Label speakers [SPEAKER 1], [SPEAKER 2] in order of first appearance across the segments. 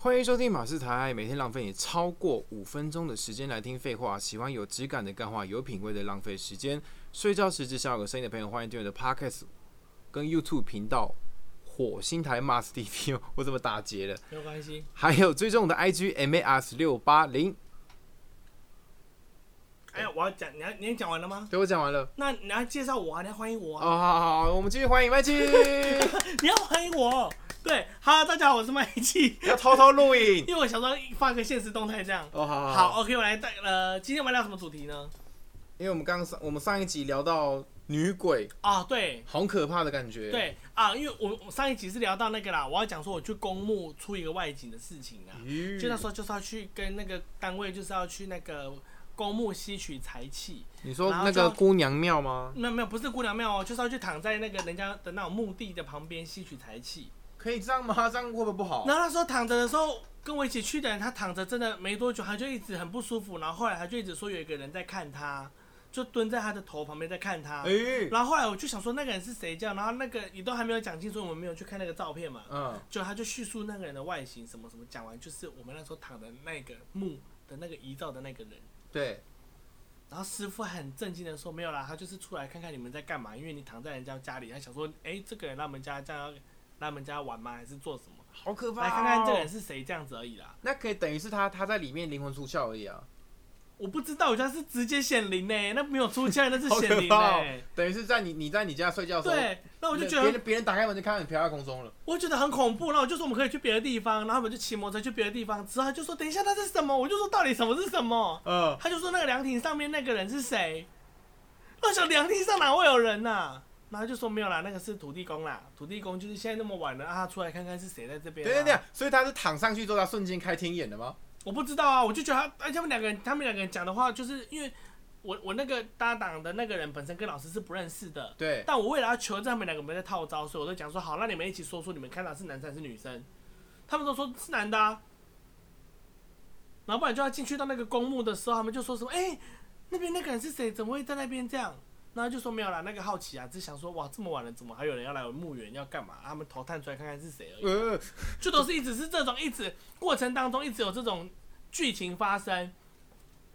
[SPEAKER 1] 欢迎收听马斯台，每天浪费你超过五分钟的时间来听废话。喜欢有质感的干话，有品味的浪费时间。睡觉时只想有个声音的朋友，欢迎订阅我的 Podcast 跟 YouTube 频道火星台 Mars TV。我怎么打结了？
[SPEAKER 2] 没有关系，
[SPEAKER 1] 还有追踪我的 IG MAS 六八零。
[SPEAKER 2] 哎，我要讲，你要你讲完了吗？
[SPEAKER 1] 对我讲完了。
[SPEAKER 2] 那你要介绍我啊，你要欢迎我
[SPEAKER 1] 哦，
[SPEAKER 2] 啊，
[SPEAKER 1] 好好好，我们继续欢迎麦基。
[SPEAKER 2] 你要欢迎我。对哈喽，大家好，我是麦基。
[SPEAKER 1] 要偷偷录影。
[SPEAKER 2] 因为我想说发个现实动态这样。
[SPEAKER 1] 哦，好好
[SPEAKER 2] 好，OK，我来带呃，今天我们要聊什么主题呢？
[SPEAKER 1] 因为我们刚上我们上一集聊到女鬼，
[SPEAKER 2] 啊，对
[SPEAKER 1] 好可怕的感觉。，
[SPEAKER 2] 对啊，因为我我上一集是聊到那个啦，我要讲说我去公墓出一个外景的事情啊，
[SPEAKER 1] 咦，
[SPEAKER 2] 就那时候就是要去跟那个单位就是要去那个公墓吸取财气，
[SPEAKER 1] 你说
[SPEAKER 2] 然后
[SPEAKER 1] 那个
[SPEAKER 2] 就
[SPEAKER 1] 姑娘庙吗？
[SPEAKER 2] 没有没有，不是姑娘庙哦，就是要去躺在那个人家的那种墓地的旁边吸取财气。
[SPEAKER 1] 可以这样吗？这样会不会不好？
[SPEAKER 2] 然后那时候躺着的时候，跟我一起去的人，他躺着真的没多久，他就一直很不舒服。然后后来他就一直说有一个人在看他，就蹲在他的头旁边在看他。
[SPEAKER 1] 哎、
[SPEAKER 2] 然后后来我就想说那个人是谁这样，然后那个也都还没有讲清楚，我们没有去看那个照片嘛。
[SPEAKER 1] 嗯，
[SPEAKER 2] 就他就叙述那个人的外形什么什么，讲完就是我们那时候躺的那个墓的那个遗照的那个人。
[SPEAKER 1] 对，
[SPEAKER 2] 然后师傅很震惊的说：“没有啦，他就是出来看看你们在干嘛，因为你躺在人家家里，他想说，哎，这个人来我们家这样，来我们家玩吗？还是做什么？
[SPEAKER 1] 好可怕、
[SPEAKER 2] 来看看这个人。是谁这样子而已啦。”
[SPEAKER 1] 那可以等于是他他在里面灵魂出窍而已啊，
[SPEAKER 2] 我不知道，我觉得是直接显灵呢，那没有出窍，那是显
[SPEAKER 1] 好可
[SPEAKER 2] 灵
[SPEAKER 1] 怕哦
[SPEAKER 2] 呢。
[SPEAKER 1] 等于是在你你在你家睡觉的时候，
[SPEAKER 2] 对，那我就觉
[SPEAKER 1] 别
[SPEAKER 2] 得，
[SPEAKER 1] 人别人打开门就看到你飘在空中了。
[SPEAKER 2] 我觉得很恐怖。然后我就说我们可以去别的地方，然后我们就骑摩托车去别的地方。之后他就说等一下那是什么？我就说到底什么是什么？
[SPEAKER 1] 嗯，
[SPEAKER 2] 他就说那个凉亭上面那个人是谁？那我想凉亭上哪会有人呐、然后他就说没有啦，那个是土地公啦，土地公就是现在那么晚了啊，他出来看看是谁在这边、
[SPEAKER 1] 等
[SPEAKER 2] 啊。
[SPEAKER 1] 等等，所以他是躺上去之后，他瞬间开天眼了吗？
[SPEAKER 2] 我不知道啊，我就觉得他，哎，他们两个人，他们两个人讲的话，就是因为我我那个搭档的那个人本身跟老师是不认识的，
[SPEAKER 1] 对，
[SPEAKER 2] 但我为了要求证他们两个没在套招，所以我就讲说好，那你们一起说出你们看到是男生还是女生。他们都说是男的、啊，然后不然就要进去到那个公墓的时候，他们就说什么哎、那边那个人是谁？怎么会在那边这样？然后就说没有啦，那个好奇啊，只想说哇，这么晚了，怎么还有人要来我墓园要干嘛？他们头探出来看看是谁而已，
[SPEAKER 1] 呃，
[SPEAKER 2] 就都是一直是这种，一直过程当中一直有这种剧情发生。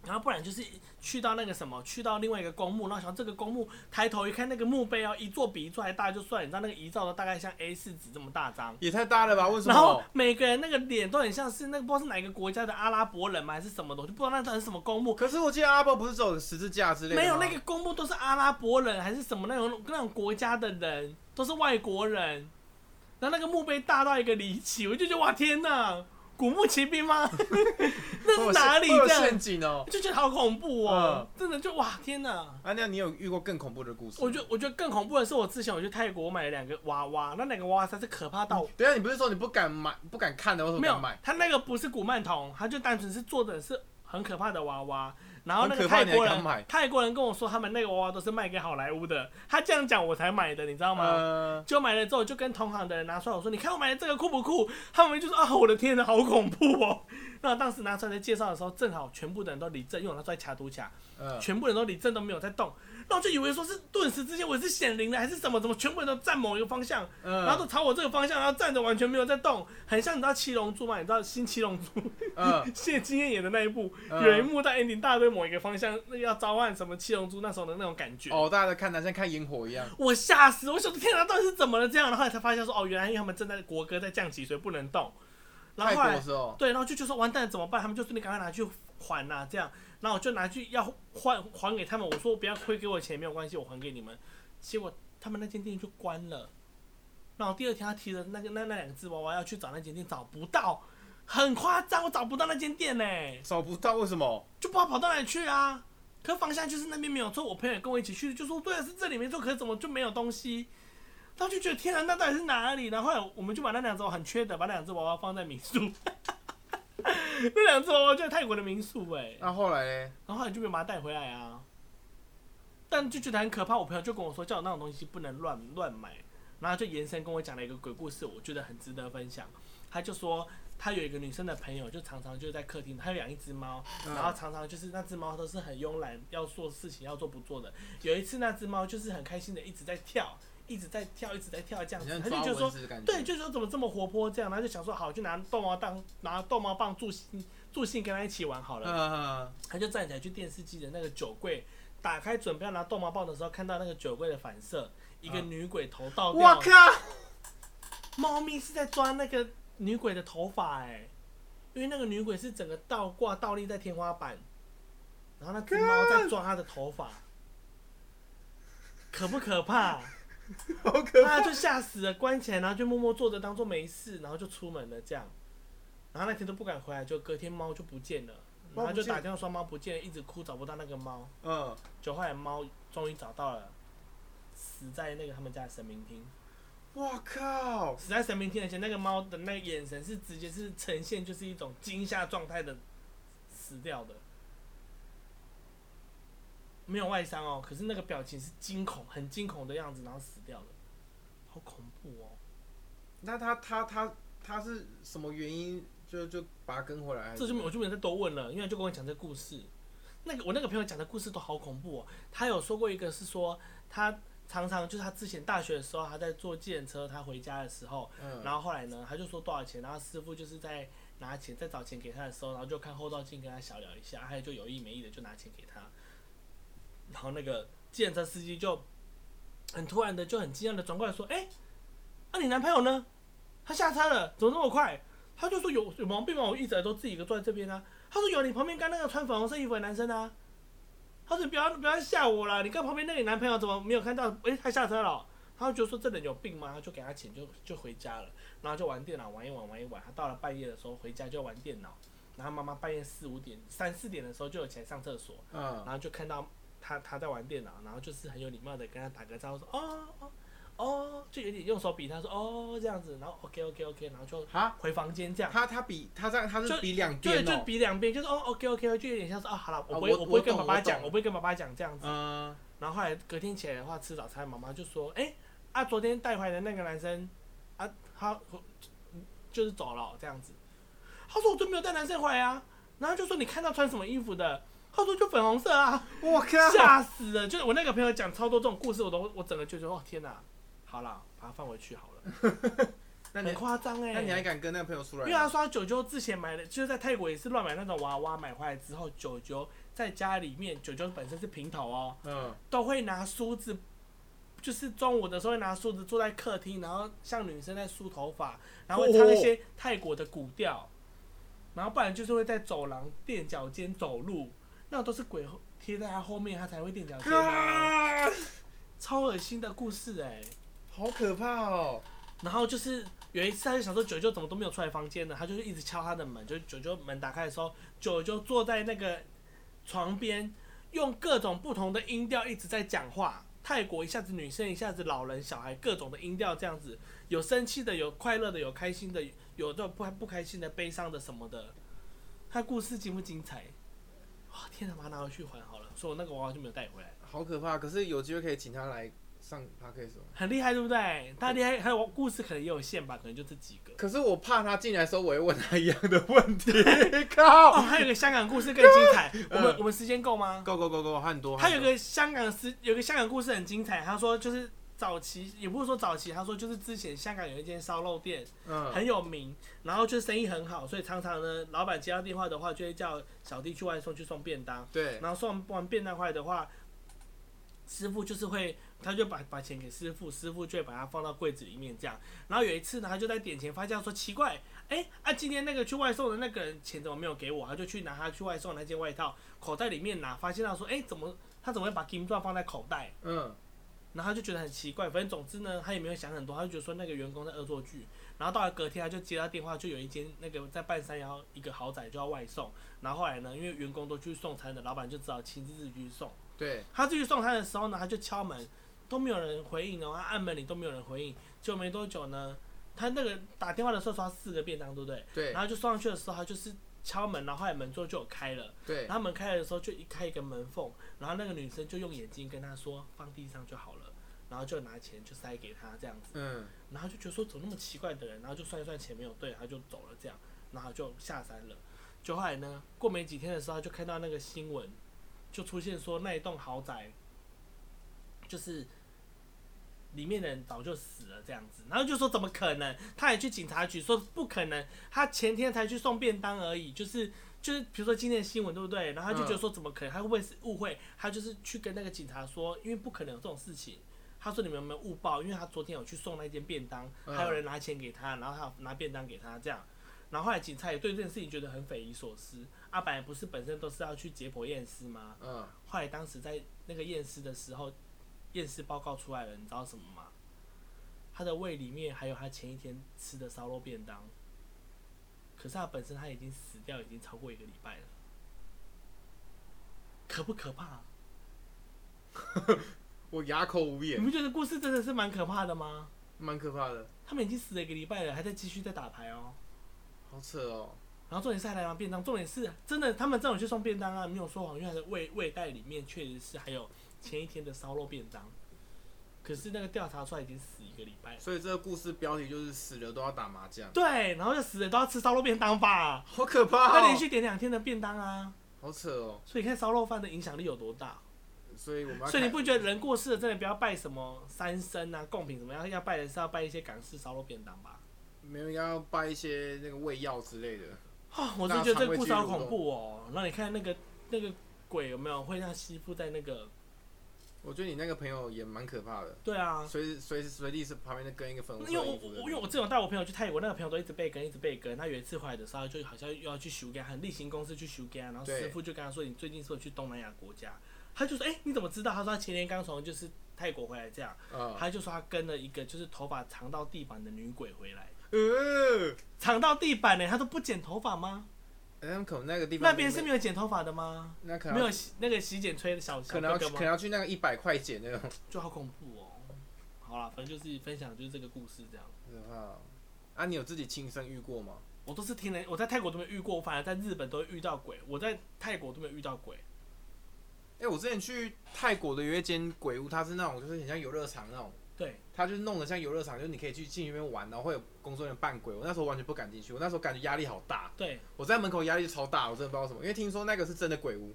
[SPEAKER 2] 然后不然就是去到那个什么，去到另外一个公墓，然后想到这个公墓抬头一看，那个墓碑哦，一座比一座还大，就算了你知道那个遗照都大概像 A 四纸这么大张，
[SPEAKER 1] 也太大了吧？为什
[SPEAKER 2] 然后
[SPEAKER 1] 么？
[SPEAKER 2] 每个人那个脸都很像是那个不知道是哪一个国家的阿拉伯人嘛，还是什么的，我就不知道那到底是什么公墓。
[SPEAKER 1] 可是我记得阿波不是走十字架之类的吗
[SPEAKER 2] 没有那个公墓都是阿拉伯人还是什么那种那种国家的人，都是外国人。然后那个墓碑大到一个离奇，我就觉得哇天哪，古墓奇兵 吗？那
[SPEAKER 1] 会有
[SPEAKER 2] 是哪里
[SPEAKER 1] 会有
[SPEAKER 2] 这样
[SPEAKER 1] 陷？阱哦？
[SPEAKER 2] 就觉得好恐怖哦，
[SPEAKER 1] 嗯
[SPEAKER 2] 真的就哇天哪！
[SPEAKER 1] 啊，那你有遇过更恐怖的故事吗？
[SPEAKER 2] 我觉得我觉得更恐怖的是，我之前我去泰国我买了两个娃娃，那两个娃娃实在是可怕到我
[SPEAKER 1] 啊等一下，你不是说你不敢买、不敢看的，为什么
[SPEAKER 2] 没有
[SPEAKER 1] 敢买？，
[SPEAKER 2] 他那个不是古曼童，他就单纯是做的是很可怕的娃娃。然后那
[SPEAKER 1] 很可
[SPEAKER 2] 个
[SPEAKER 1] 怕
[SPEAKER 2] 泰
[SPEAKER 1] 你还
[SPEAKER 2] 国
[SPEAKER 1] 敢买
[SPEAKER 2] 人，泰国人跟我说他们那个娃娃都是卖给好莱坞的，他这样讲我才买的，你知道吗？
[SPEAKER 1] 呃，
[SPEAKER 2] 就买了之后，就跟同行的人拿出来，我说：“你看我买的这个酷不酷？”他们就说：“啊， 我的天哪，好恐怖哦！” 那当时拿出来在介绍的时候，正好全部的人都理正，因为我拿出来卡读卡，
[SPEAKER 1] 嗯，
[SPEAKER 2] 全部人都理正都没有在动，那我就以为说是顿时之间我是显灵了还是什么，怎么全部人都站某一个方向，
[SPEAKER 1] 嗯
[SPEAKER 2] 然后都朝我这个方向，然后站着完全没有在动，很像你知道《七龙珠》吗？你知道《新七龙珠》
[SPEAKER 1] 嗯，
[SPEAKER 2] 谢金燕演的那一部，
[SPEAKER 1] 嗯
[SPEAKER 2] 有一幕在 ending 大队某一个方向，那个要召唤什么七龙珠那时候的那种感觉。
[SPEAKER 1] 哦，大家在看，男生看烟火一样。
[SPEAKER 2] 我吓死！我想说天哪，到底是怎么了这样？然后后来才发现说，哦，原来因为他们正在国歌在降旗，所以不能动。然
[SPEAKER 1] 泰
[SPEAKER 2] 后后
[SPEAKER 1] 国
[SPEAKER 2] 来
[SPEAKER 1] 的时候，
[SPEAKER 2] 对，然后就就说完蛋怎么办？他们就说你赶快拿去还呐、这样。然后我就拿去要换还给他们，我说不要亏给我钱没有关系，我还给你们。结果他们那间店就关了。然后第二天他提了那个那那两个只娃娃要去找那间店，找不到，很夸张，我找不到那间店呢、
[SPEAKER 1] 找不到，为什么？
[SPEAKER 2] 就不知道跑到哪里去啊。可方向就是那边没有错，我朋友也跟我一起去，就说对啊，是这里没错，可是怎么就没有东西？他就觉得天啊，那到底是哪里？然后后来我们就把那两只我很缺的，把两只娃娃放在民宿， 那两只娃娃就在泰国的民宿哎、
[SPEAKER 1] 那、后来嘞？
[SPEAKER 2] 然后后来就没有把它带回来啊。但就觉得很可怕，我朋友就跟我说，叫我那种东西不能乱乱买，然后就延伸跟我讲了一个鬼故事，我觉得很值得分享。他就说他有一个女生的朋友，就常常就在客厅，他有养一只猫，
[SPEAKER 1] 嗯
[SPEAKER 2] 然后常常就是那只猫都是很慵懒，要做事情要做不做的。有一次那只猫就是很开心的一直在跳，一直在跳，一直在跳这样
[SPEAKER 1] 很
[SPEAKER 2] 子，
[SPEAKER 1] 像
[SPEAKER 2] 他
[SPEAKER 1] 抓
[SPEAKER 2] 就觉得
[SPEAKER 1] 蚊
[SPEAKER 2] 说，
[SPEAKER 1] 子的感觉。
[SPEAKER 2] 对，就是说怎么这么活泼这样，然后就想说好，就拿逗猫棒，拿逗猫棒助兴助兴跟他一起玩好了。
[SPEAKER 1] 嗯，
[SPEAKER 2] 他就站起来去电视机的那个酒柜，打开准备要拿逗猫棒的时候，看到那个酒柜的反射，一个
[SPEAKER 1] 嗯
[SPEAKER 2] 女鬼头倒
[SPEAKER 1] 我
[SPEAKER 2] 掉，
[SPEAKER 1] 靠，
[SPEAKER 2] 猫咪是在抓那个女鬼的头发哎、因为那个女鬼是整个倒挂倒立在天花板，然后那只猫在抓她的头发，可不可 怕？
[SPEAKER 1] 好可怕！
[SPEAKER 2] 那就吓死了，关起来，然后就默默坐着当做没事，然后就出门了这样。然后那天都不敢回来，就隔天猫就不见了，
[SPEAKER 1] 猫
[SPEAKER 2] 然后
[SPEAKER 1] 不
[SPEAKER 2] 就
[SPEAKER 1] 见
[SPEAKER 2] 打电话说猫不见了，一直哭找不到那个猫。
[SPEAKER 1] 嗯，
[SPEAKER 2] 就后来猫终于找到了，死在那个他们家的神明厅，
[SPEAKER 1] 我靠，
[SPEAKER 2] 死在神明厅，而且那个猫的那个眼神是直接是呈现就是一种惊吓状态的死掉的，没有外伤哦，可是那个表情是惊恐，很惊恐的样子，然后死掉了，好恐怖哦。
[SPEAKER 1] 那他他他他是什么原因就就把他跟回来？还是
[SPEAKER 2] 这就没我就没有再多问了，因为他就跟我讲这故事。那个我那个朋友讲的故事都好恐怖哦。他有说过一个是说，他常常就是他之前大学的时候，他在坐计程车，他回家的时候，
[SPEAKER 1] 嗯，
[SPEAKER 2] 然后后来呢，他就说多少钱，然后师傅就是在拿钱在找钱给他的时候，然后就看后照镜跟他小聊一下，还有就有意没意的就拿钱给他，然后那个计程车司机就很突然的就很惊讶的转过来说，哎、那、你男朋友呢？他下车了，怎么那么快？他就说有有毛病吗？我一直都自己一个坐在这边啊。他说有，你旁边刚那个穿粉红色衣服的男生啊。他说不要不要吓我啦，你看旁边那个男朋友怎么没有看到？诶、他下车了哦、他就说这人有病吗？他就给他钱就就回家了，然后就玩电脑玩一玩玩一玩。他到了半夜的时候回家就玩电脑，然后妈妈半夜四五点三四点的时候就有起来上厕所，然
[SPEAKER 1] 嗯，
[SPEAKER 2] 后就看到他他在玩电脑，然后就是很有礼貌的跟他打个招呼说哦哦哦，就有点用手比他说哦这样子，然后 OK OK OK，然后就
[SPEAKER 1] 啊，
[SPEAKER 2] 回房间这样。
[SPEAKER 1] 他他比他这样他是
[SPEAKER 2] 就
[SPEAKER 1] 比两
[SPEAKER 2] 对，
[SPEAKER 1] 边
[SPEAKER 2] 就
[SPEAKER 1] 哦，
[SPEAKER 2] 比两边，就是哦，OK OK，就有点像是啊，好了，我
[SPEAKER 1] 啊
[SPEAKER 2] 不会，
[SPEAKER 1] 我
[SPEAKER 2] 我不会
[SPEAKER 1] 我
[SPEAKER 2] 跟
[SPEAKER 1] 懂
[SPEAKER 2] 爸
[SPEAKER 1] 我
[SPEAKER 2] 爸
[SPEAKER 1] 懂
[SPEAKER 2] 讲，我不会跟爸爸讲这样子。
[SPEAKER 1] 嗯，
[SPEAKER 2] 然后后来隔天起来的话，吃早餐，妈妈就说，哎、啊，昨天带回来的那个男生，啊，他就是走了这样子。他说我就没有带男生回来啊，然后就说你看到穿什么衣服的，他说就粉红色啊。
[SPEAKER 1] 我靠，
[SPEAKER 2] 吓死了！就是我那个朋友讲超多这种故事，我都我整个就觉得哦天哪，好啦，把它放回去好了，
[SPEAKER 1] 那
[SPEAKER 2] 很
[SPEAKER 1] 你
[SPEAKER 2] 夸张哎。
[SPEAKER 1] 那你还敢跟那个朋友出来
[SPEAKER 2] 因
[SPEAKER 1] 吗？
[SPEAKER 2] 为他说他九九之前买的，就是在泰国也是乱买那种娃娃，买回来之后九九在家里面，九九本身是平头哦，
[SPEAKER 1] 嗯，
[SPEAKER 2] 都会拿梳子，就是中午的时候会拿梳子坐在客厅，然后像女生在梳头发，然后会唱一些泰国的古调，然后不然就是会在走廊垫脚尖走路，那种都是鬼后贴在他后面，他才会垫脚尖、啊。
[SPEAKER 1] 啊，
[SPEAKER 2] 超恶心的故事哎、
[SPEAKER 1] 好可怕哦，
[SPEAKER 2] 然后就是有一次，他就想说九九怎么都没有出来房间呢，他就是一直敲他的门，就是九九门打开的时候，九九坐在那个床边，用各种不同的音调一直在讲话。泰国一下子女生，一下子老人、小孩，各种的音调这样子，有生气的，有快乐的，有开心的，有这种不不开心的、悲伤的什么的。他故事精不精彩？哇、天哪，把它拿回去还好了。所以我那个娃娃就没有带回来。
[SPEAKER 1] 好可怕。可是有机会可以请他来上 p o d c a s
[SPEAKER 2] 很厉害，对不对？他厉害，还有故事可能也有限吧，可能就这几个。
[SPEAKER 1] 可是我怕他进来的时候，我会问他一样的问题。 靠
[SPEAKER 2] 哦，还有一个香港故事更精彩。我们
[SPEAKER 1] 嗯
[SPEAKER 2] 我们时间够吗？
[SPEAKER 1] ，Go Go Go Go，很多。
[SPEAKER 2] 他有个香港时有个香港故事很精彩，他说就是早期也不是说早期，他说就是之前香港有一间烧肉店
[SPEAKER 1] 嗯
[SPEAKER 2] 很有名，然后就是生意很好，所以常常呢老板接到电话的话就会叫小弟去外送去送便当，
[SPEAKER 1] 对，
[SPEAKER 2] 然后送完便当回来的话，师傅就是会，他就把把钱给师傅，师傅就会把它放到柜子里面这样。然后有一次呢，他就在点钱发现说奇怪，哎啊，今天那个去外送的那个人钱怎么没有给我？他就去拿他去外送的那件外套，口袋里面拿，发现到说，哎，怎么他怎么会把金钻放在口袋？
[SPEAKER 1] 嗯
[SPEAKER 2] 然后他就觉得很奇怪，反正总之呢，他也没有想很多，他就觉得说那个员工在恶作剧。然后到了隔天，他就接到电话，就有一间那个在半山腰一个豪宅就要外送。然后后来呢，因为员工都去送餐的，老板就只好亲自去送。
[SPEAKER 1] 对，
[SPEAKER 2] 他自己去送餐的时候呢，他就敲门，都没有人回应哦，他按门铃都没有人回应。就没多久呢，他那个打电话的时候说他四个便当，对不对？
[SPEAKER 1] 对
[SPEAKER 2] 然后就送上去的时候，他就是敲门，然后后来门之后就有开了。
[SPEAKER 1] 对
[SPEAKER 2] 然，后门开了的时候就一开一个门缝，然后那个女生就用眼睛跟他说放地上就好了，然后就拿钱就塞给他这样子，
[SPEAKER 1] 嗯
[SPEAKER 2] 然后就觉得说怎么那么奇怪的人，然后就算一算钱没有对，他就走了这样，然后就下山了。就后来呢，过没几天的时候，他就看到那个新闻，就出现说那一栋豪宅就是里面的人早就死了这样子，然后就说怎么可能？他也去警察局说不可能，他前天才去送便当而已，就是就是比如说今天的新闻对不对？然后他就觉得说怎么可能？他会不会是误会？他就是去跟那个警察说，因为不可能有这种事情。他说你们有没有误报？因为他昨天有去送那间便当，
[SPEAKER 1] 嗯
[SPEAKER 2] 还有人拿钱给他，然后他有拿便当给他这样。然后后来警察也对这件事情觉得很匪夷所思。阿白不是本身都是要去解剖验尸吗？
[SPEAKER 1] 嗯，
[SPEAKER 2] 后来当时在那个验尸的时候，验尸报告出来了，你知道什么吗？他的胃里面还有他前一天吃的烧肉便当，可是他本身他已经死掉，已经超过一个礼拜了，可不可怕？
[SPEAKER 1] 我哑口无
[SPEAKER 2] 你
[SPEAKER 1] 言，
[SPEAKER 2] 们觉得故事真的是蛮可怕的吗？
[SPEAKER 1] 蛮可怕的，
[SPEAKER 2] 他们已经死了一个礼拜了，还在继续在打牌哦。
[SPEAKER 1] 好扯哦。
[SPEAKER 2] 然后重点是还来拿便当，重点是真的，他们真的有去送便当啊，没有说谎，因为他的胃胃袋里面确实是还有前一天的烧肉便当，可是那个调查出来已经死一个礼拜了。
[SPEAKER 1] 所以这个故事标题就是死了都要打麻将，
[SPEAKER 2] 对，然后就死了都要吃烧肉便当吧，
[SPEAKER 1] 好可怕
[SPEAKER 2] 他
[SPEAKER 1] 哦
[SPEAKER 2] 连，续点两天的便当啊，
[SPEAKER 1] 好扯哦。
[SPEAKER 2] 所以你看烧肉饭的影响力有多大。
[SPEAKER 1] 所以我们要
[SPEAKER 2] 所以你
[SPEAKER 1] 看
[SPEAKER 2] 不觉得人过世了真的不要拜什么三牲啊、贡品什么样，要拜的是要拜一些港式烧肉便当吧？
[SPEAKER 1] 没有要拜一些那个胃药之类的？
[SPEAKER 2] 啊，我是觉得这个故事好恐怖哦。那你看那个那个鬼有没有会让吸附在那个？
[SPEAKER 1] 我觉得你那个朋友也蛮可怕的，
[SPEAKER 2] 对啊，
[SPEAKER 1] 随随时随地是旁边在跟一个粉红色
[SPEAKER 2] 因为我
[SPEAKER 1] 衣服的
[SPEAKER 2] 我
[SPEAKER 1] 人，
[SPEAKER 2] 因为我之前有带我朋友去泰国，那个朋友都一直被跟，一直被跟。他有一次回来的时候，就好像又要去修干，很例行公事去修干，然后
[SPEAKER 1] 对
[SPEAKER 2] 师傅就跟他说：“你最近是不是去东南亚国家？”他就说：“哎、你怎么知道？”他说：“他前天刚从就是泰国回来，这样。”
[SPEAKER 1] 啊，
[SPEAKER 2] 他就说他跟了一个就是头发长到地板的女鬼回来，
[SPEAKER 1] 呃，
[SPEAKER 2] 长到地板呢、他都不剪头发吗？
[SPEAKER 1] 那可能那个地方
[SPEAKER 2] 那边是没有剪头发的吗？
[SPEAKER 1] 那可能
[SPEAKER 2] 没有洗那个洗剪吹的小
[SPEAKER 1] 啊
[SPEAKER 2] 小
[SPEAKER 1] 可能要
[SPEAKER 2] 哥
[SPEAKER 1] 去
[SPEAKER 2] 哥
[SPEAKER 1] 可能
[SPEAKER 2] 吗？
[SPEAKER 1] 要去那个一百块钱那种，
[SPEAKER 2] 就好恐怖哦。好啦，反正就是分享就是这个故事这样。
[SPEAKER 1] 可怕哦。啊，你有自己亲身遇过吗？
[SPEAKER 2] 我都是听人，我在泰国都没遇过，我反而在日本都会遇到鬼，我在泰国都没有遇到鬼。
[SPEAKER 1] 哎、我之前去泰国的有一间鬼屋，它是那种就是很像游乐场那种，
[SPEAKER 2] 对，
[SPEAKER 1] 它就是弄得像游乐场，就是你可以去进去那边玩，然后会有工作人员扮鬼。我那时候完全不敢进去，我那时候感觉压力好大，
[SPEAKER 2] 对，
[SPEAKER 1] 我在门口压力超大，我真的不知道为什么，因为听说那个是真的鬼屋，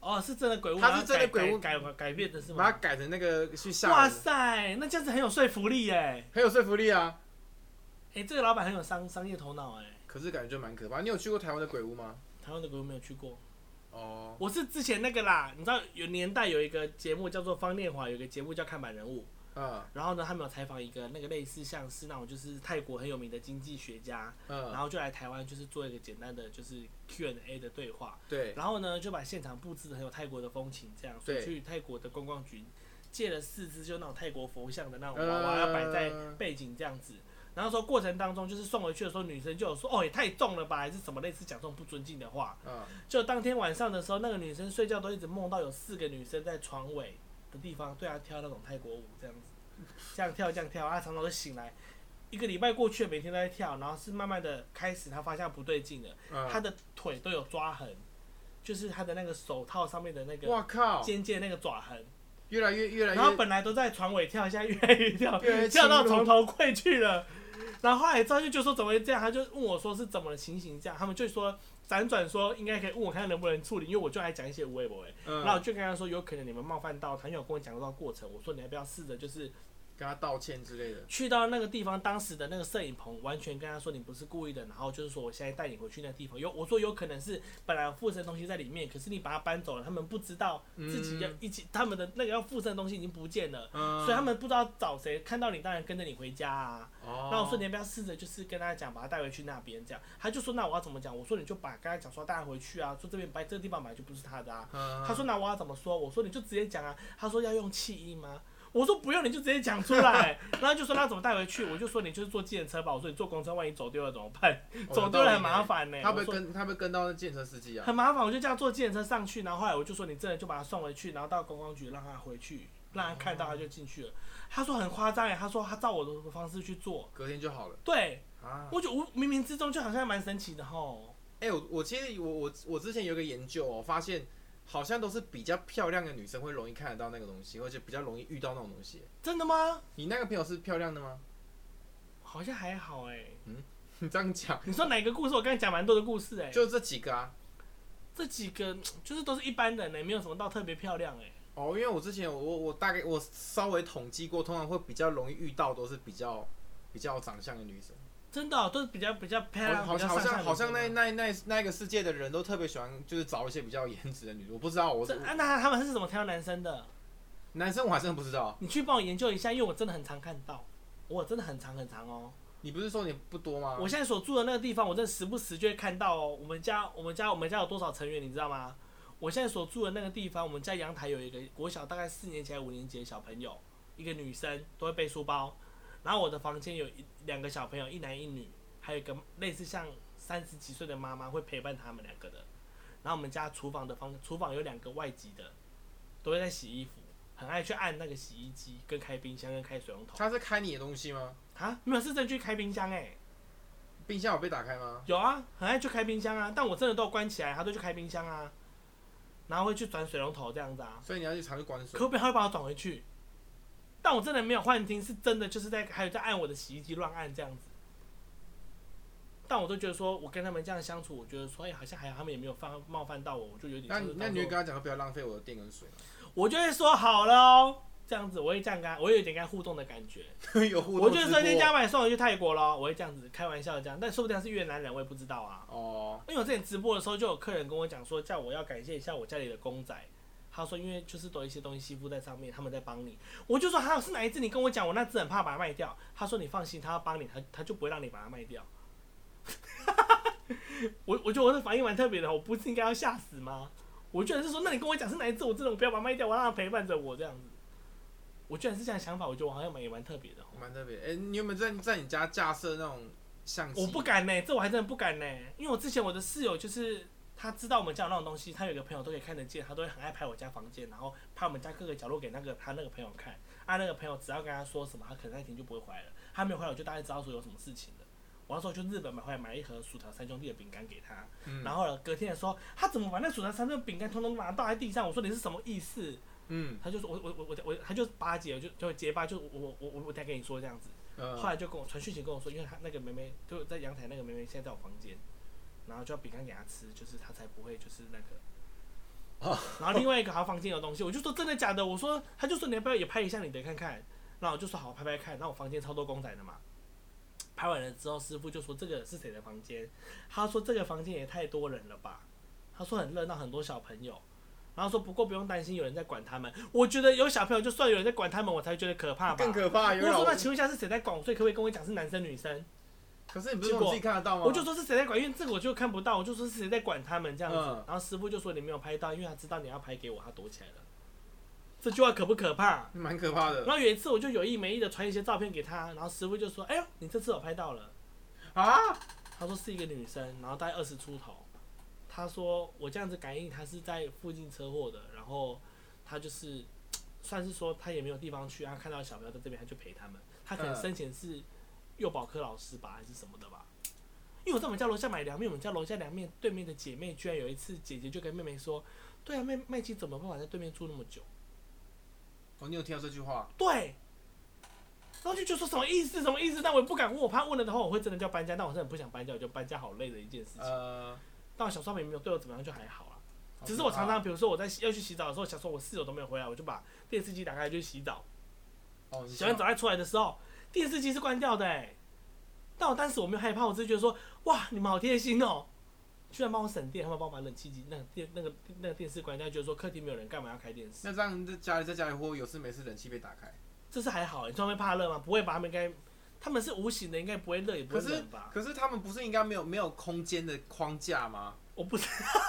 [SPEAKER 2] 哦，是真的鬼屋，
[SPEAKER 1] 它是
[SPEAKER 2] 然后
[SPEAKER 1] 真的
[SPEAKER 2] 改
[SPEAKER 1] 鬼屋
[SPEAKER 2] 改改改变的是
[SPEAKER 1] 把
[SPEAKER 2] 吗
[SPEAKER 1] 它？改成那个去吓
[SPEAKER 2] 哇
[SPEAKER 1] 人，
[SPEAKER 2] 塞，那这样子很有说服力哎，
[SPEAKER 1] 很有说服力啊。
[SPEAKER 2] 哎，这个老板很有商商业头脑哎。
[SPEAKER 1] 可是感觉就蛮可怕。你有去过台湾的鬼屋吗？
[SPEAKER 2] 台湾的鬼屋没有去过，
[SPEAKER 1] 哦，
[SPEAKER 2] 我是之前那个啦，你知道有年代有一个节目叫做方念华，有一个节目叫看板人物，
[SPEAKER 1] 嗯
[SPEAKER 2] 然后呢，他们有采访一个那个类似像是那种就是泰国很有名的经济学家，然
[SPEAKER 1] 嗯，
[SPEAKER 2] 后就来台湾就是做一个简单的就是 Q&A 的对话，
[SPEAKER 1] 对，
[SPEAKER 2] 然后呢，就把现场布置的很有泰国的风情，这样，所以
[SPEAKER 1] 对
[SPEAKER 2] 去泰国的观光局借了四只就那种泰国佛像的那种娃娃，
[SPEAKER 1] 嗯
[SPEAKER 2] 要摆在背景这样子。然后说过程当中，就是送回去的时候，女生就有说：“哦，也太重了吧，还是什么类似讲这种不尊敬的话。
[SPEAKER 1] 嗯，”
[SPEAKER 2] 就当天晚上的时候，那个女生睡觉都一直梦到有四个女生在床尾的地方对她啊跳那种泰国舞，这样子，这样跳这样跳，她常常会醒来。一个礼拜过去了，每天都在跳，然后是慢慢的开始，她发现不对劲了。他
[SPEAKER 1] 嗯，
[SPEAKER 2] 的腿都有抓痕，就是他的那个手套上面的那个
[SPEAKER 1] 哇靠，
[SPEAKER 2] 尖尖那个爪痕。
[SPEAKER 1] 越来越越来
[SPEAKER 2] 然后
[SPEAKER 1] 越，
[SPEAKER 2] 本来都在床尾跳，现在越来越跳，
[SPEAKER 1] 越来越
[SPEAKER 2] 跳到
[SPEAKER 1] 侵入
[SPEAKER 2] 床头柜去了。然后后来之后就觉得说怎么会这样，他就问我说是怎么的情形这样，他们就说辗转说应该可以问我看能不能处理，因为我就爱讲一些无微不微，然后我
[SPEAKER 1] 嗯，
[SPEAKER 2] 就跟他说有可能你们冒犯到他，因为我跟我讲到过程，我说你要不要试着就是
[SPEAKER 1] 跟他道歉之类的，
[SPEAKER 2] 去到那个地方，当时的那个摄影棚完全跟他说你不是故意的，然后就是说我现在带你回去那地方，有我说有可能是本来有附身的东西在里面，可是你把它搬走了，他们不知道自己要
[SPEAKER 1] 嗯
[SPEAKER 2] 一起、他们的那个要附身的东西已经不见了，
[SPEAKER 1] 嗯，
[SPEAKER 2] 所以他们不知道找谁，看到你当然跟着你回家啊。
[SPEAKER 1] 哦，
[SPEAKER 2] 那我说你要不要试着就是跟他讲，把他带回去那边这样，他就说那我要怎么讲？我说你就把跟他讲说带他回去啊，说这边白这个地方本来就不是他的啊，
[SPEAKER 1] 嗯，
[SPEAKER 2] 他说那我要怎么说？我说你就直接讲啊。他说要用气音吗？我说不用，你就直接讲出 来。然后就说那怎么带回去？我就说你就是坐计程车吧。我说你坐公车，万一走丢了怎么办？
[SPEAKER 1] 哦
[SPEAKER 2] 走丢了很麻，烦呢、
[SPEAKER 1] 有道理呢他会
[SPEAKER 2] 我说
[SPEAKER 1] 跟他会跟到那建车司机啊，
[SPEAKER 2] 很麻烦，我就这样坐计程车上去。然后后来我就说你真的就把他送回去，然后到观光局让他回去，让他看到他就进去了。他说很夸张耶，他说他照我的方式去做。
[SPEAKER 1] 隔天就好了
[SPEAKER 2] 对，
[SPEAKER 1] 啊。
[SPEAKER 2] 我就无冥冥之中就好像蛮神奇的吼。
[SPEAKER 1] 哎、我我其实我我我之前有一个研究、哦，我发现好像都是比较漂亮的女生会容易看得到那个东西，而且比较容易遇到那种东西。
[SPEAKER 2] 真的吗？
[SPEAKER 1] 你那个朋友是漂亮的吗？
[SPEAKER 2] 好像还好哎、
[SPEAKER 1] 你这样讲，
[SPEAKER 2] 你说哪个故事？我刚才讲蛮多的故事哎、
[SPEAKER 1] 就这几个啊。
[SPEAKER 2] 欸这几个就是都是一般人呢、没有什么到特别漂亮哎、
[SPEAKER 1] 哦，因为我之前我我大概我稍微统计过，通常会比较容易遇到都是比较比较长相的女生，
[SPEAKER 2] 真的哦、都是比较比较漂亮，
[SPEAKER 1] 好
[SPEAKER 2] 比
[SPEAKER 1] 像
[SPEAKER 2] 较
[SPEAKER 1] 好
[SPEAKER 2] 上
[SPEAKER 1] 像
[SPEAKER 2] 相
[SPEAKER 1] 好像
[SPEAKER 2] 的
[SPEAKER 1] 那那那那个世界的人都特别喜欢就是找一些比较颜值的女生，我不知道我
[SPEAKER 2] 这
[SPEAKER 1] 我
[SPEAKER 2] 啊，那他们是怎么挑男生的？
[SPEAKER 1] 男生我还真的不知道，
[SPEAKER 2] 你去帮我研究一下，因为我真的很常看到，我真的很常很常哦。
[SPEAKER 1] 你不是说你不多吗？
[SPEAKER 2] 我现在所住的那个地方，我真的时不时就会看到哦。我们家我们家我们家有多少成员，你知道吗？我现在所住的那个地方，我们家阳台有一个国小大概四年级、五年级的小朋友，一个女生都会背书包，然后我的房间有一两个小朋友，一男一女，还有一个类似像三十几岁的妈妈会陪伴他们两个的。然后我们家厨房的房厨房有两个外籍的，都会在洗衣服，很爱去按那个洗衣机、跟开冰箱、跟开水龙头。
[SPEAKER 1] 他是开你的东西吗？
[SPEAKER 2] 啊，没有是真的去开冰箱哎、
[SPEAKER 1] 冰箱有被打开吗？
[SPEAKER 2] 有啊，很爱去开冰箱啊，但我真的都关起来，他都去开冰箱啊，然后会去转水龙头这样子啊。
[SPEAKER 1] 所以你要去常去关水
[SPEAKER 2] 可。不他会把我转回去，但我真的没有幻听，是真的就是在还有在按我的洗衣机乱按这样子。但我都觉得说，我跟他们这样相处，我觉得说，哎、好像还好，他们也没有犯冒犯到我，我就有点
[SPEAKER 1] 那
[SPEAKER 2] 像
[SPEAKER 1] 你
[SPEAKER 2] 是
[SPEAKER 1] 那
[SPEAKER 2] 当
[SPEAKER 1] 你会
[SPEAKER 2] 作
[SPEAKER 1] 跟他讲说不要浪费我的电跟水吗？
[SPEAKER 2] 我就会说好了哦，这样子，我会这样跟他，我有一点跟他互动的感觉。
[SPEAKER 1] 有互动
[SPEAKER 2] 我就
[SPEAKER 1] 直
[SPEAKER 2] 瞬间
[SPEAKER 1] 播
[SPEAKER 2] 加买送我去泰国咯，我会这样子开玩笑这样，但说不定他是越南人，我也不知道啊。
[SPEAKER 1] 哦，
[SPEAKER 2] 因为我之前直播的时候，就有客人跟我讲说，叫我要感谢一下我家里的公仔。他说，因为就是都有一些东西吸附在上面，他们在帮你。我就说，他是哪一只？你跟我讲，我那只很怕把它卖掉。他说，你放心，他要帮你，他 他就不会让你把它卖掉。我我觉得我的反应蛮特别的，我不是应该要吓死吗？我居然是说，那你跟我讲是哪一只，我真的不要把它卖掉，我要让它陪伴着我这样子。我居然是这样想法，我觉得我好像蛮也蛮特别的哦。
[SPEAKER 1] 蛮特别。哎、你有没有在在你家架设那种相机？
[SPEAKER 2] 我不敢呢、这我还真的不敢呢、因为我之前我的室友就是他知道我们家有那种东西，他有一个朋友都可以看得见，他都会很爱拍我家房间，然后拍我们家各个角落给那个他那个朋友看。啊，那个朋友只要跟他说什么，他可能那天就不会回来了。他没有回来，我就大概知道说有什么事情了。我那时候去日本买回来买了一盒薯条三兄弟的饼干给他，
[SPEAKER 1] 嗯
[SPEAKER 2] 然后呢隔天的时候，他怎么把那薯条三兄弟的饼干通通拿倒在地上？我说你是什么意思？
[SPEAKER 1] 嗯
[SPEAKER 2] 他就说我我我我我，他就巴结，就就结巴，就我我我我我再跟你说这样子。后
[SPEAKER 1] 呃，
[SPEAKER 2] 来就跟我传讯息跟我说，因为他那个妹妹就在阳台，那个妹妹现在在我房间，然后就要饼干给她吃，就是她才不会就是那个。
[SPEAKER 1] 哦
[SPEAKER 2] 然后另外一个她房间有东西，我就说真的假的？我说，他就说你要不要也拍一下你的看看？然后我就说好，拍拍看。然后我房间超多公仔的嘛，拍完了之后，师傅就说这个是谁的房间？他说这个房间也太多人了吧？他说很热闹，很多小朋友。然后说不过不用担心有人在管他们，我觉得有小朋友就算有人在管他们，我才觉得可怕吧。
[SPEAKER 1] 更可怕。有
[SPEAKER 2] 我
[SPEAKER 1] 老
[SPEAKER 2] 说那请问一下是谁在管？所以可不可以跟我讲是男生女生？
[SPEAKER 1] 可是你不是说你自己看得到吗？
[SPEAKER 2] 我就说是谁在管，因为这个我就看不到，我就说是谁在管他们这样子。
[SPEAKER 1] 嗯
[SPEAKER 2] 然后师傅就说你没有拍到，因为他知道你要拍给我，他躲起来了。这句话可不可怕？
[SPEAKER 1] 蛮可怕
[SPEAKER 2] 然
[SPEAKER 1] 的
[SPEAKER 2] 后有一次我就有意没意的传一些照片给他，然后师傅就说：“哎呦，你这次我拍到了。
[SPEAKER 1] 啊。”
[SPEAKER 2] 他说是一个女生，然后大概二十出头。他说我这样子感应她是在附近车祸的，然后他就是算是说他也没有地方去，他看到小朋友在这边，他就陪他们。他可能
[SPEAKER 1] 嗯
[SPEAKER 2] 生前是幼保科老师吧，还是什么的吧。因为我在我们家楼下买凉面，我们家楼下凉面对面的姐妹居然有一次，姐姐就跟妹妹说：“对啊，妹妹姐怎么办法在对面住那么久？”
[SPEAKER 1] 哦，你有听到这句话？
[SPEAKER 2] 对。然后就觉得说什么意思，什么意思？但我也不敢问，我怕问了的话我会真的叫搬家。但我真的很不想搬家，我觉得搬家好累的一件事情。
[SPEAKER 1] 呃，
[SPEAKER 2] 但我小时候没没有对我怎么样就还好啦。
[SPEAKER 1] 哦好
[SPEAKER 2] 只是我
[SPEAKER 1] 可怕
[SPEAKER 2] 常常，比如说我在洗要去洗澡的时候，小时候我室友都没有回来，我就把电视机打开就去洗澡。
[SPEAKER 1] 哦，你
[SPEAKER 2] 洗完
[SPEAKER 1] 说
[SPEAKER 2] 澡再出来的时候，电视机是关掉的哎、但我当时我没有害怕，我只是觉得说，哇，你们好贴心哦、居然帮我省电，他们帮我把冷气机那个电那个那个电视关掉，觉得说客厅没有人，干嘛要开电视？
[SPEAKER 1] 那这样在家里在家里或有事没事冷气被打开，
[SPEAKER 2] 这是还好、欸，你专门怕热吗？不会吧？他们应该，他们是无形的，应该不会热也不
[SPEAKER 1] 可
[SPEAKER 2] 会
[SPEAKER 1] 是
[SPEAKER 2] 冷吧？
[SPEAKER 1] 可是他们不是应该没有没有空间的框架吗？
[SPEAKER 2] 我不知，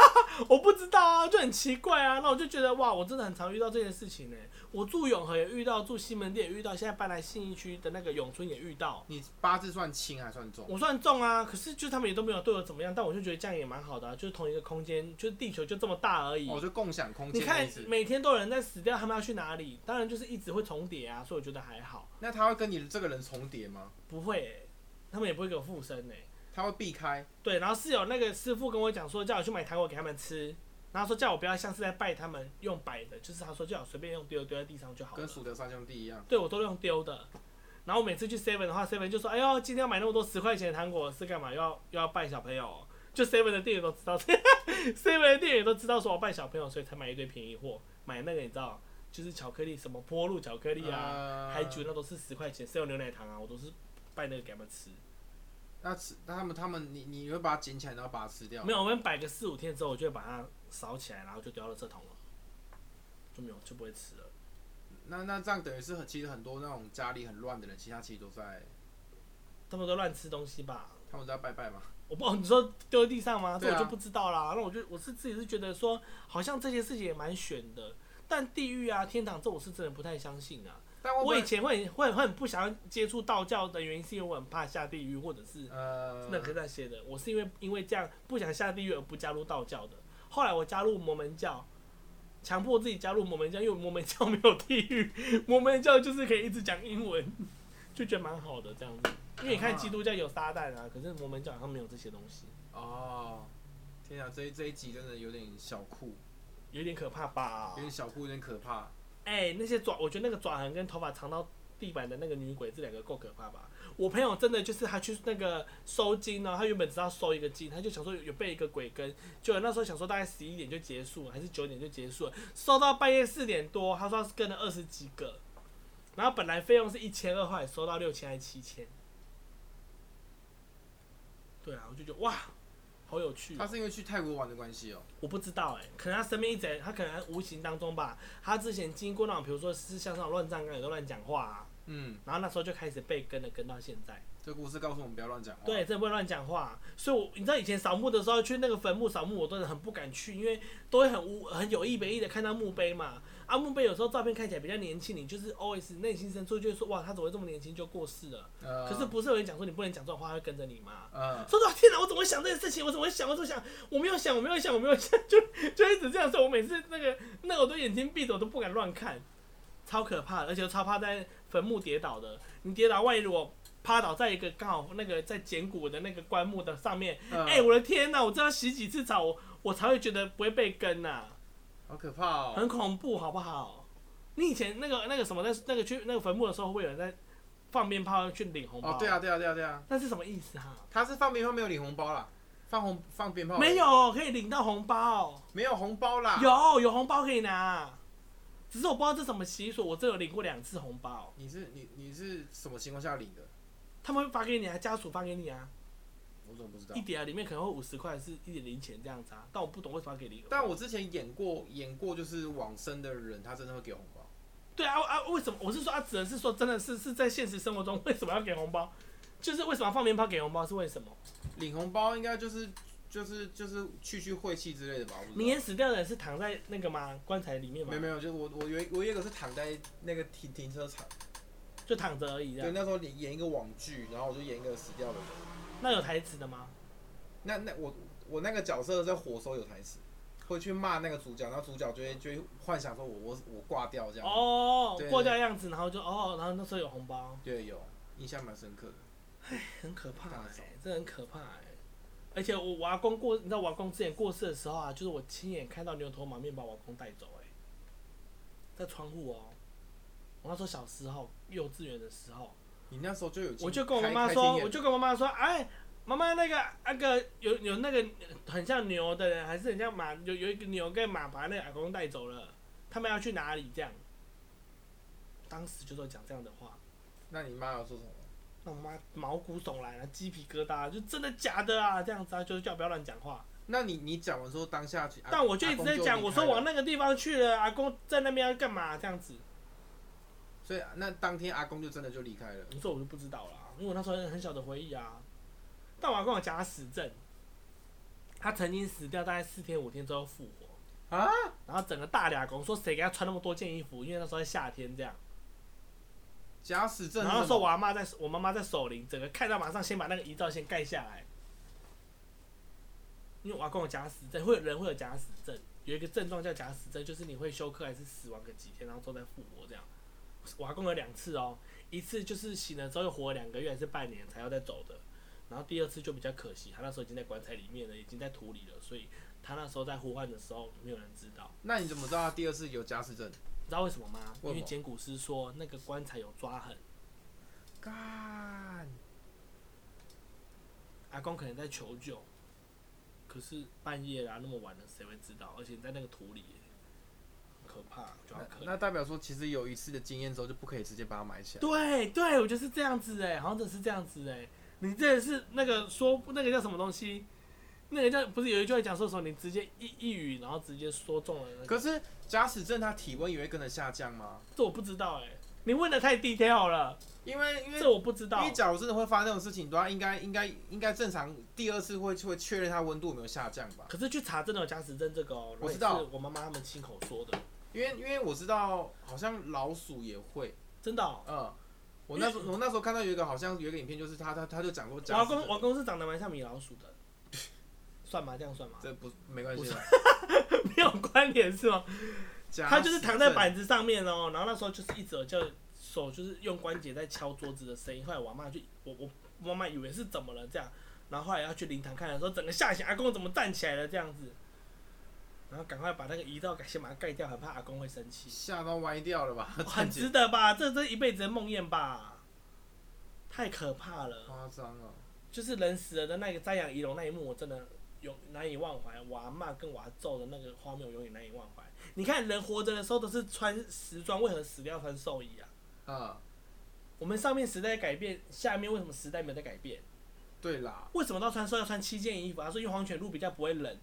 [SPEAKER 2] 我不知道啊，就很奇怪啊。那我就觉得哇，我真的很常遇到这件事情呢、我住永和也遇到，住西门店也遇到，现在搬来信义区的那个永春也遇到。
[SPEAKER 1] 你八字算轻还算重？
[SPEAKER 2] 我算中啊，可是就他们也都没有对我怎么样，但我就觉得这样也蛮好的、啊，就是同一个空间，就是地球就这么大而已。
[SPEAKER 1] 哦，就共享空
[SPEAKER 2] 你
[SPEAKER 1] 间的
[SPEAKER 2] 看
[SPEAKER 1] 意思。
[SPEAKER 2] 每天都有人在死掉，他们要去哪里？当然就是一直会重叠啊，所以我觉得还好，
[SPEAKER 1] 那他会跟你这个人重叠吗？
[SPEAKER 2] 不会欸、他们也不会给我附身呢、欸
[SPEAKER 1] 他会避开？
[SPEAKER 2] 对，然后是有那个师傅跟我讲说，叫我去买糖果给他们吃，然后说叫我不要像是在拜他们用摆的，就是他说叫我随便用丢丢在地上就好了
[SPEAKER 1] 跟。薯条三兄弟一样，
[SPEAKER 2] 对我都用丢的。然后我每次去 Seven 的话，Seven 就说：“哎呦，今天要买那么多十块钱的糖果是干嘛？又要又要拜小朋友哦、就 Seven 的店 员都知道，Seven 的店员都知道说我拜小朋友，所以才买一堆便宜货，买那个你知道就是巧克力，什么波露巧克力啊、
[SPEAKER 1] 啊
[SPEAKER 2] 海酒那都是十块钱，是有牛奶糖啊，我都是拜那个给他们吃。
[SPEAKER 1] 那吃那他们他们你你会把它捡起来然后把它吃掉？
[SPEAKER 2] 没有，我们摆个四五天之后，我就会把它烧起来，然后就丢到垃圾桶了，就没有就不会吃了。
[SPEAKER 1] 那那这样等于是很其实很多那种家里很乱的人，其实他其实都在
[SPEAKER 2] 他们都乱吃东西吧？
[SPEAKER 1] 他们都在拜拜嘛。
[SPEAKER 2] 我不，你说丢在地上吗？这
[SPEAKER 1] 对啊
[SPEAKER 2] 我就不知道啦。那我就我是自己是觉得说，好像这些事情也蛮悬的。但地狱啊、天堂这我是真的不太相信啊。
[SPEAKER 1] 但哦会不
[SPEAKER 2] 我以
[SPEAKER 1] 会
[SPEAKER 2] 前会会会很不想要接触道教的原因，是因为我很怕下地狱，或者是
[SPEAKER 1] 呃
[SPEAKER 2] 那个那些的。我是因为因为这样不想下地狱而不加入道教的。后来我加入摩门教，强迫自己加入摩门教，因为摩门教没有地狱，摩门教就是可以一直讲英文，就觉得蛮好的这样子。因为你
[SPEAKER 1] 啊
[SPEAKER 2] 看基督教有撒旦啊，可是摩门教好像没有这些东西，
[SPEAKER 1] 哦，天啊，这一这一集真的有点小酷，
[SPEAKER 2] 有点可怕吧
[SPEAKER 1] 有？点小酷，有点可怕。
[SPEAKER 2] 哎、那些爪，我觉得那个爪痕跟头发长到地板的那个女鬼，这两个够可怕吧？我朋友真的就是他去那个收金哦呢，他原本只要收一个金，他就想说有被一个鬼跟，就那时候想说大概十一点就结束了，还是九点就结束了，收到半夜四点多，他说他是跟了二十几个，然后本来费用是一千二，后来收到六千还七千。对啊，我就觉得哇，好有趣哦、
[SPEAKER 1] 他是因为去泰国玩的关系哦。
[SPEAKER 2] 我不知道哎、可能他身边一直他可能无形当中吧，他之前经过那种，比如说是像那种乱葬岗，有的乱讲话啊，
[SPEAKER 1] 嗯，
[SPEAKER 2] 然后那时候就开始被跟了，跟到现在。
[SPEAKER 1] 这故事告诉我们不要乱讲话。
[SPEAKER 2] 对，，真的不会乱讲话、所以我你知道以前扫墓的时候去那个坟墓扫墓，我真的很不敢去，因为都会很无很有意没意的看到墓碑嘛。啊，墓碑有时候照片看起来比较年轻，你就是 always 内心深处就会说哇，他怎么会这么年轻就过世了？
[SPEAKER 1] 呃
[SPEAKER 2] 可是不是有人讲说你不能讲这种话，他会跟着你吗？
[SPEAKER 1] 呃，
[SPEAKER 2] 说到天哪，我怎么会想这件事情？我怎么会想？我怎么想？我没有想，我没有想，我没有想， 就就一直这样说。我每次那个那个我都眼睛闭着，我都不敢乱看，超可怕的，而且我超怕在坟墓跌倒的。你跌倒，万一如果趴倒在一个刚好那个在捡骨的那个棺木的上面，
[SPEAKER 1] 呃
[SPEAKER 2] 哎、我的天哪！我这要洗几次澡，我我才会觉得不会被跟呐、啊
[SPEAKER 1] 好可怕哦。
[SPEAKER 2] 很恐怖，好不好？你以前那个那个什么，那那个去那个坟墓的时候，会有人在放鞭炮去领红包？
[SPEAKER 1] 哦，对，啊，对啊，对啊，对啊，
[SPEAKER 2] 那是什么意思哈、
[SPEAKER 1] 他是放鞭炮没有领红包啦，放红放鞭炮
[SPEAKER 2] 没有，可以领到红包，
[SPEAKER 1] 没有红包啦。
[SPEAKER 2] 有有红包可以拿，只是我不知道这什么习俗，我这有领过两次红包，
[SPEAKER 1] 你是你你是什么情况下领的？
[SPEAKER 2] 他们会发给你啊，家属发给你啊，
[SPEAKER 1] 我怎么不知道
[SPEAKER 2] 一？点啊，里面可能会五十块是一点零钱这样子啊，但我不懂为什么要给零。
[SPEAKER 1] 但我之前演过演过，就是往生的人，他真的会给红包。
[SPEAKER 2] 对啊啊，为什么？我是说啊，只能是说真的是是在现实生活中为什么要给红包？就是为什么要放鞭炮给红包是为什么？
[SPEAKER 1] 领红包应该就是就是就是去去晦气之类的吧？我不知道
[SPEAKER 2] 明天死掉的人是躺在那个吗？棺材里面吗
[SPEAKER 1] 没有？没有，就是我我有一我有一个是躺在那个停停车场，
[SPEAKER 2] 就躺着而已这
[SPEAKER 1] 对，
[SPEAKER 2] 样。
[SPEAKER 1] 那时候演演一个网剧，然后我就演一个死掉的人。
[SPEAKER 2] 那有台词的吗？
[SPEAKER 1] 那那我我那个角色在火搜有台词，会去骂那个主角，然后主角就会就会幻想说我我我挂掉这样。，
[SPEAKER 2] 哦
[SPEAKER 1] 对，
[SPEAKER 2] 过掉样子，然后就哦，然后那时候有红包。
[SPEAKER 1] 对，有印象蛮深刻的。
[SPEAKER 2] 很可怕、
[SPEAKER 1] 大
[SPEAKER 2] 欸
[SPEAKER 1] 嫂，
[SPEAKER 2] 这很可怕、欸。而且我我阿公过，你知道我阿公之前过世的时候啊，就是我亲眼看到牛头马面把我阿公带走、欸，在窗户哦、我那时候小时候，幼稚园的时候，
[SPEAKER 1] 你那时候就有
[SPEAKER 2] 我就跟我妈妈说，我就跟我妈妈说，哎，妈妈那个那个有有那个很像牛的人，还是很像马，有有一个牛跟马把那个阿公带走了，他们要去哪里这样？当时就都讲这样的话，
[SPEAKER 1] 那你妈要说什么？
[SPEAKER 2] 那我妈毛骨悚然啊，鸡皮疙瘩、就真的假的啊？这样子啊，就是叫不要乱讲话。
[SPEAKER 1] 那你你讲完之后当下去，
[SPEAKER 2] 但我就一直在讲，我说往
[SPEAKER 1] 我，
[SPEAKER 2] 那个地方去了，阿公在那边要干嘛？这样子，
[SPEAKER 1] 所以那当天阿公就真的就离开了。
[SPEAKER 2] 你说我就不知道啦，因为我那时候很小的回忆啊。但我阿公有讲他死症，他曾经死掉大概四天五天之后复活
[SPEAKER 1] 啊，
[SPEAKER 2] 然后整个大俩公说谁给他穿那么多件衣服，因为那时候在夏天这样。
[SPEAKER 1] 假死症是
[SPEAKER 2] 然后
[SPEAKER 1] 什
[SPEAKER 2] 那时候
[SPEAKER 1] 么？
[SPEAKER 2] 我阿妈在，我妈妈在守灵，整个看到马上先把那个遗照先盖下来，因为我阿公有假死症，会有人会有假死症，有一个症状叫假死症，就是你会休克还是死亡个几天，然后之后再复活这样。我阿公有两次哦，一次就是醒了之后又活了两个月还是半年才要再走的，然后第二次就比较可惜，他那时候已经在棺材里面了，已经在土里了，所以他那时候在呼唤的时候没有人知道。
[SPEAKER 1] 那你怎么知道他第二次有假死症？
[SPEAKER 2] 你知道为什么吗？
[SPEAKER 1] 为什么
[SPEAKER 2] 因为捡骨师说那个棺材有抓痕。
[SPEAKER 1] 干，
[SPEAKER 2] 阿公可能在求救，啊可是半夜啦、那么晚了，谁会知道？而且你在那个土里耶，可怕，我觉得好可
[SPEAKER 1] 那代表说，其实有一次的经验之后，就不可以直接把它买起来。
[SPEAKER 2] 对对，我就是这样子哎，好像真的是这样子哎。你这也是那个说那个叫什么东西？那个叫不是有一句话讲说什么？你直接一一语，然后直接说中了、那个。
[SPEAKER 1] 可是假使症它体温也会跟着下降吗？
[SPEAKER 2] 这我不知道哎，你问的太 detail 了，
[SPEAKER 1] 因为因为
[SPEAKER 2] 这我不知
[SPEAKER 1] 因
[SPEAKER 2] 道
[SPEAKER 1] 为。假如真的会发生这种事情的话，应该应该应该正常第二次会会确认它温度有没有下降吧？
[SPEAKER 2] 可是去查真的有假死症这个哦、
[SPEAKER 1] 我知道，
[SPEAKER 2] 我妈妈他们亲口说的，
[SPEAKER 1] 因为因为我知道好像老鼠也会，
[SPEAKER 2] 真的、哦。
[SPEAKER 1] 嗯，我那时候我那时候看到有一个好像有一个影片，就是他他他就讲说
[SPEAKER 2] 我
[SPEAKER 1] 假
[SPEAKER 2] 阿
[SPEAKER 1] 使
[SPEAKER 2] 公我阿公是长得蛮像米老鼠的， 算吗？这样算吗？
[SPEAKER 1] 这不没关系啦，
[SPEAKER 2] 没有关联是吗？
[SPEAKER 1] 假
[SPEAKER 2] 他就是
[SPEAKER 1] 使
[SPEAKER 2] 躺在
[SPEAKER 1] 症
[SPEAKER 2] 板子上面哦、然后那时候就是一直有叫手就是用关节在敲桌子的声音。后来我妈就我我我妈妈以为是怎么了这样，然后后来要去灵堂看的时候，整个吓醒阿公怎么站起来了这样子，然后赶快把那个移到先把它盖掉，很怕阿公会生 气，哦
[SPEAKER 1] 吓到歪掉了吧？
[SPEAKER 2] 很值得吧？这这一辈子的梦魇吧，太可怕了。
[SPEAKER 1] 夸张哦了。
[SPEAKER 2] 就是人死了的那个瞻仰仪容那一幕，我真的永难以忘怀。我阿妈跟我阿揍的那个画面，我永远难以忘怀。你看人活着的时候都是穿时装，为何死掉穿寿衣啊？
[SPEAKER 1] 嗯，
[SPEAKER 2] 我们上面时代改变，下面为什么时代没有在改变？
[SPEAKER 1] 对啦，
[SPEAKER 2] 为什么到穿寿要穿七件衣服？他说用黄泉路比较不会冷，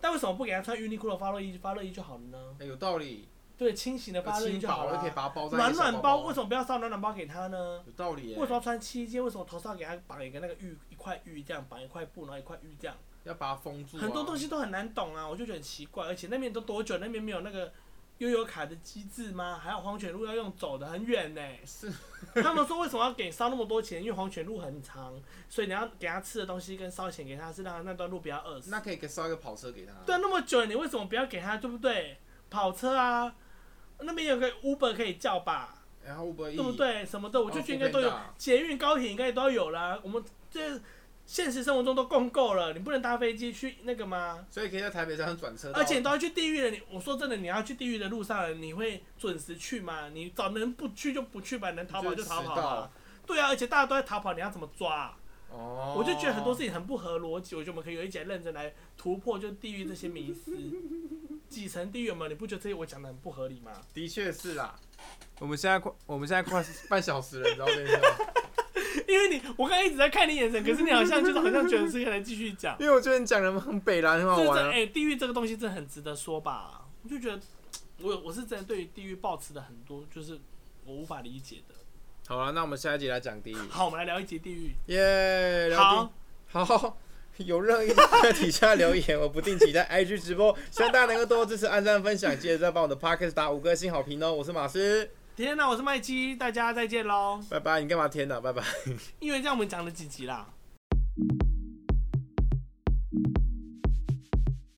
[SPEAKER 2] 但为什么不给他穿 Uniqlo 发热衣发热衣就好了呢？
[SPEAKER 1] 哎有道理。
[SPEAKER 2] 对，轻型的发热衣
[SPEAKER 1] 轻
[SPEAKER 2] 就好
[SPEAKER 1] 薄
[SPEAKER 2] 了
[SPEAKER 1] 了可以
[SPEAKER 2] 啊。
[SPEAKER 1] 把它包在一个
[SPEAKER 2] 暖
[SPEAKER 1] 小
[SPEAKER 2] 暖
[SPEAKER 1] 包
[SPEAKER 2] 包为什么不要烧暖暖包给他呢？
[SPEAKER 1] 有道理耶
[SPEAKER 2] 为什么要穿七件？为什么头上给他绑一个那个玉一块玉这样绑一块布，然后一块玉这样？
[SPEAKER 1] 要把它封住、啊。
[SPEAKER 2] 很多东西都很难懂啊，我就觉得很奇怪。而且那边都多久？那边没有那个悠游卡的机制吗？还有黄泉路要用走的很远呢、
[SPEAKER 1] 是
[SPEAKER 2] 他们说为什么要给烧那么多钱？因为黄泉路很长，所以你要给他吃的东西跟烧钱给他，是让他那段路不要饿死。
[SPEAKER 1] 那可以给烧一个跑车给他。
[SPEAKER 2] 对啊，那么久你为什么不要给他？对不对？跑车啊，那边有个 Uber 可以叫吧？
[SPEAKER 1] 然后 Uber
[SPEAKER 2] 对不对？什么的，我就觉得应该都有
[SPEAKER 1] 哦，Foodpanda
[SPEAKER 2] 捷运、高铁应该都有啦。我们这现实生活中都共够了，你不能搭飞机去那个吗？
[SPEAKER 1] 所以可以在台北站转车道。哦
[SPEAKER 2] 而且你都要去地狱了，你我说真的，你要去地狱的路上了，你会准时去吗？你早能不去就不去吧，能逃跑就逃跑
[SPEAKER 1] 你就迟
[SPEAKER 2] 吧、
[SPEAKER 1] 到
[SPEAKER 2] 对啊，而且大家都在逃跑，你要怎么抓啊、
[SPEAKER 1] 哦，
[SPEAKER 2] 我就觉得很多事情很不合逻辑，我觉得我们可以有一节认真来突破，就地狱这些迷思。几层地狱嘛，你不觉得这些我讲的很不合理吗？
[SPEAKER 1] 的确是啦。我们现在快，我们现在快半小时了，你知道这件事吗？
[SPEAKER 2] 因为你，我刚才一直在看你眼神，可是你好像就是好像觉得是可以来继续讲。
[SPEAKER 1] 因为我觉得你讲的很北蓝，很好
[SPEAKER 2] 这
[SPEAKER 1] 玩
[SPEAKER 2] 这
[SPEAKER 1] 啊。
[SPEAKER 2] 哎、地狱这个东西真的很值得说吧？我就觉得，我我是真的对于地狱抱持的很多，就是我无法理解的。
[SPEAKER 1] 好了，那我们下一集来讲地狱。
[SPEAKER 2] 好，我们来聊一集地狱。
[SPEAKER 1] 耶、聊地狱
[SPEAKER 2] 好，
[SPEAKER 1] 好， 有任意在底下留言，我不定期在 IG 直播，希望大家能够多多支持、按赞、分享，记得再帮我的 Podcast 打五颗星好评哦。我是马斯，
[SPEAKER 2] 天呐，我是麦基，大家再见喽。
[SPEAKER 1] 拜拜。你干嘛天哪？拜拜。
[SPEAKER 2] 因为这样我们讲了几集啦？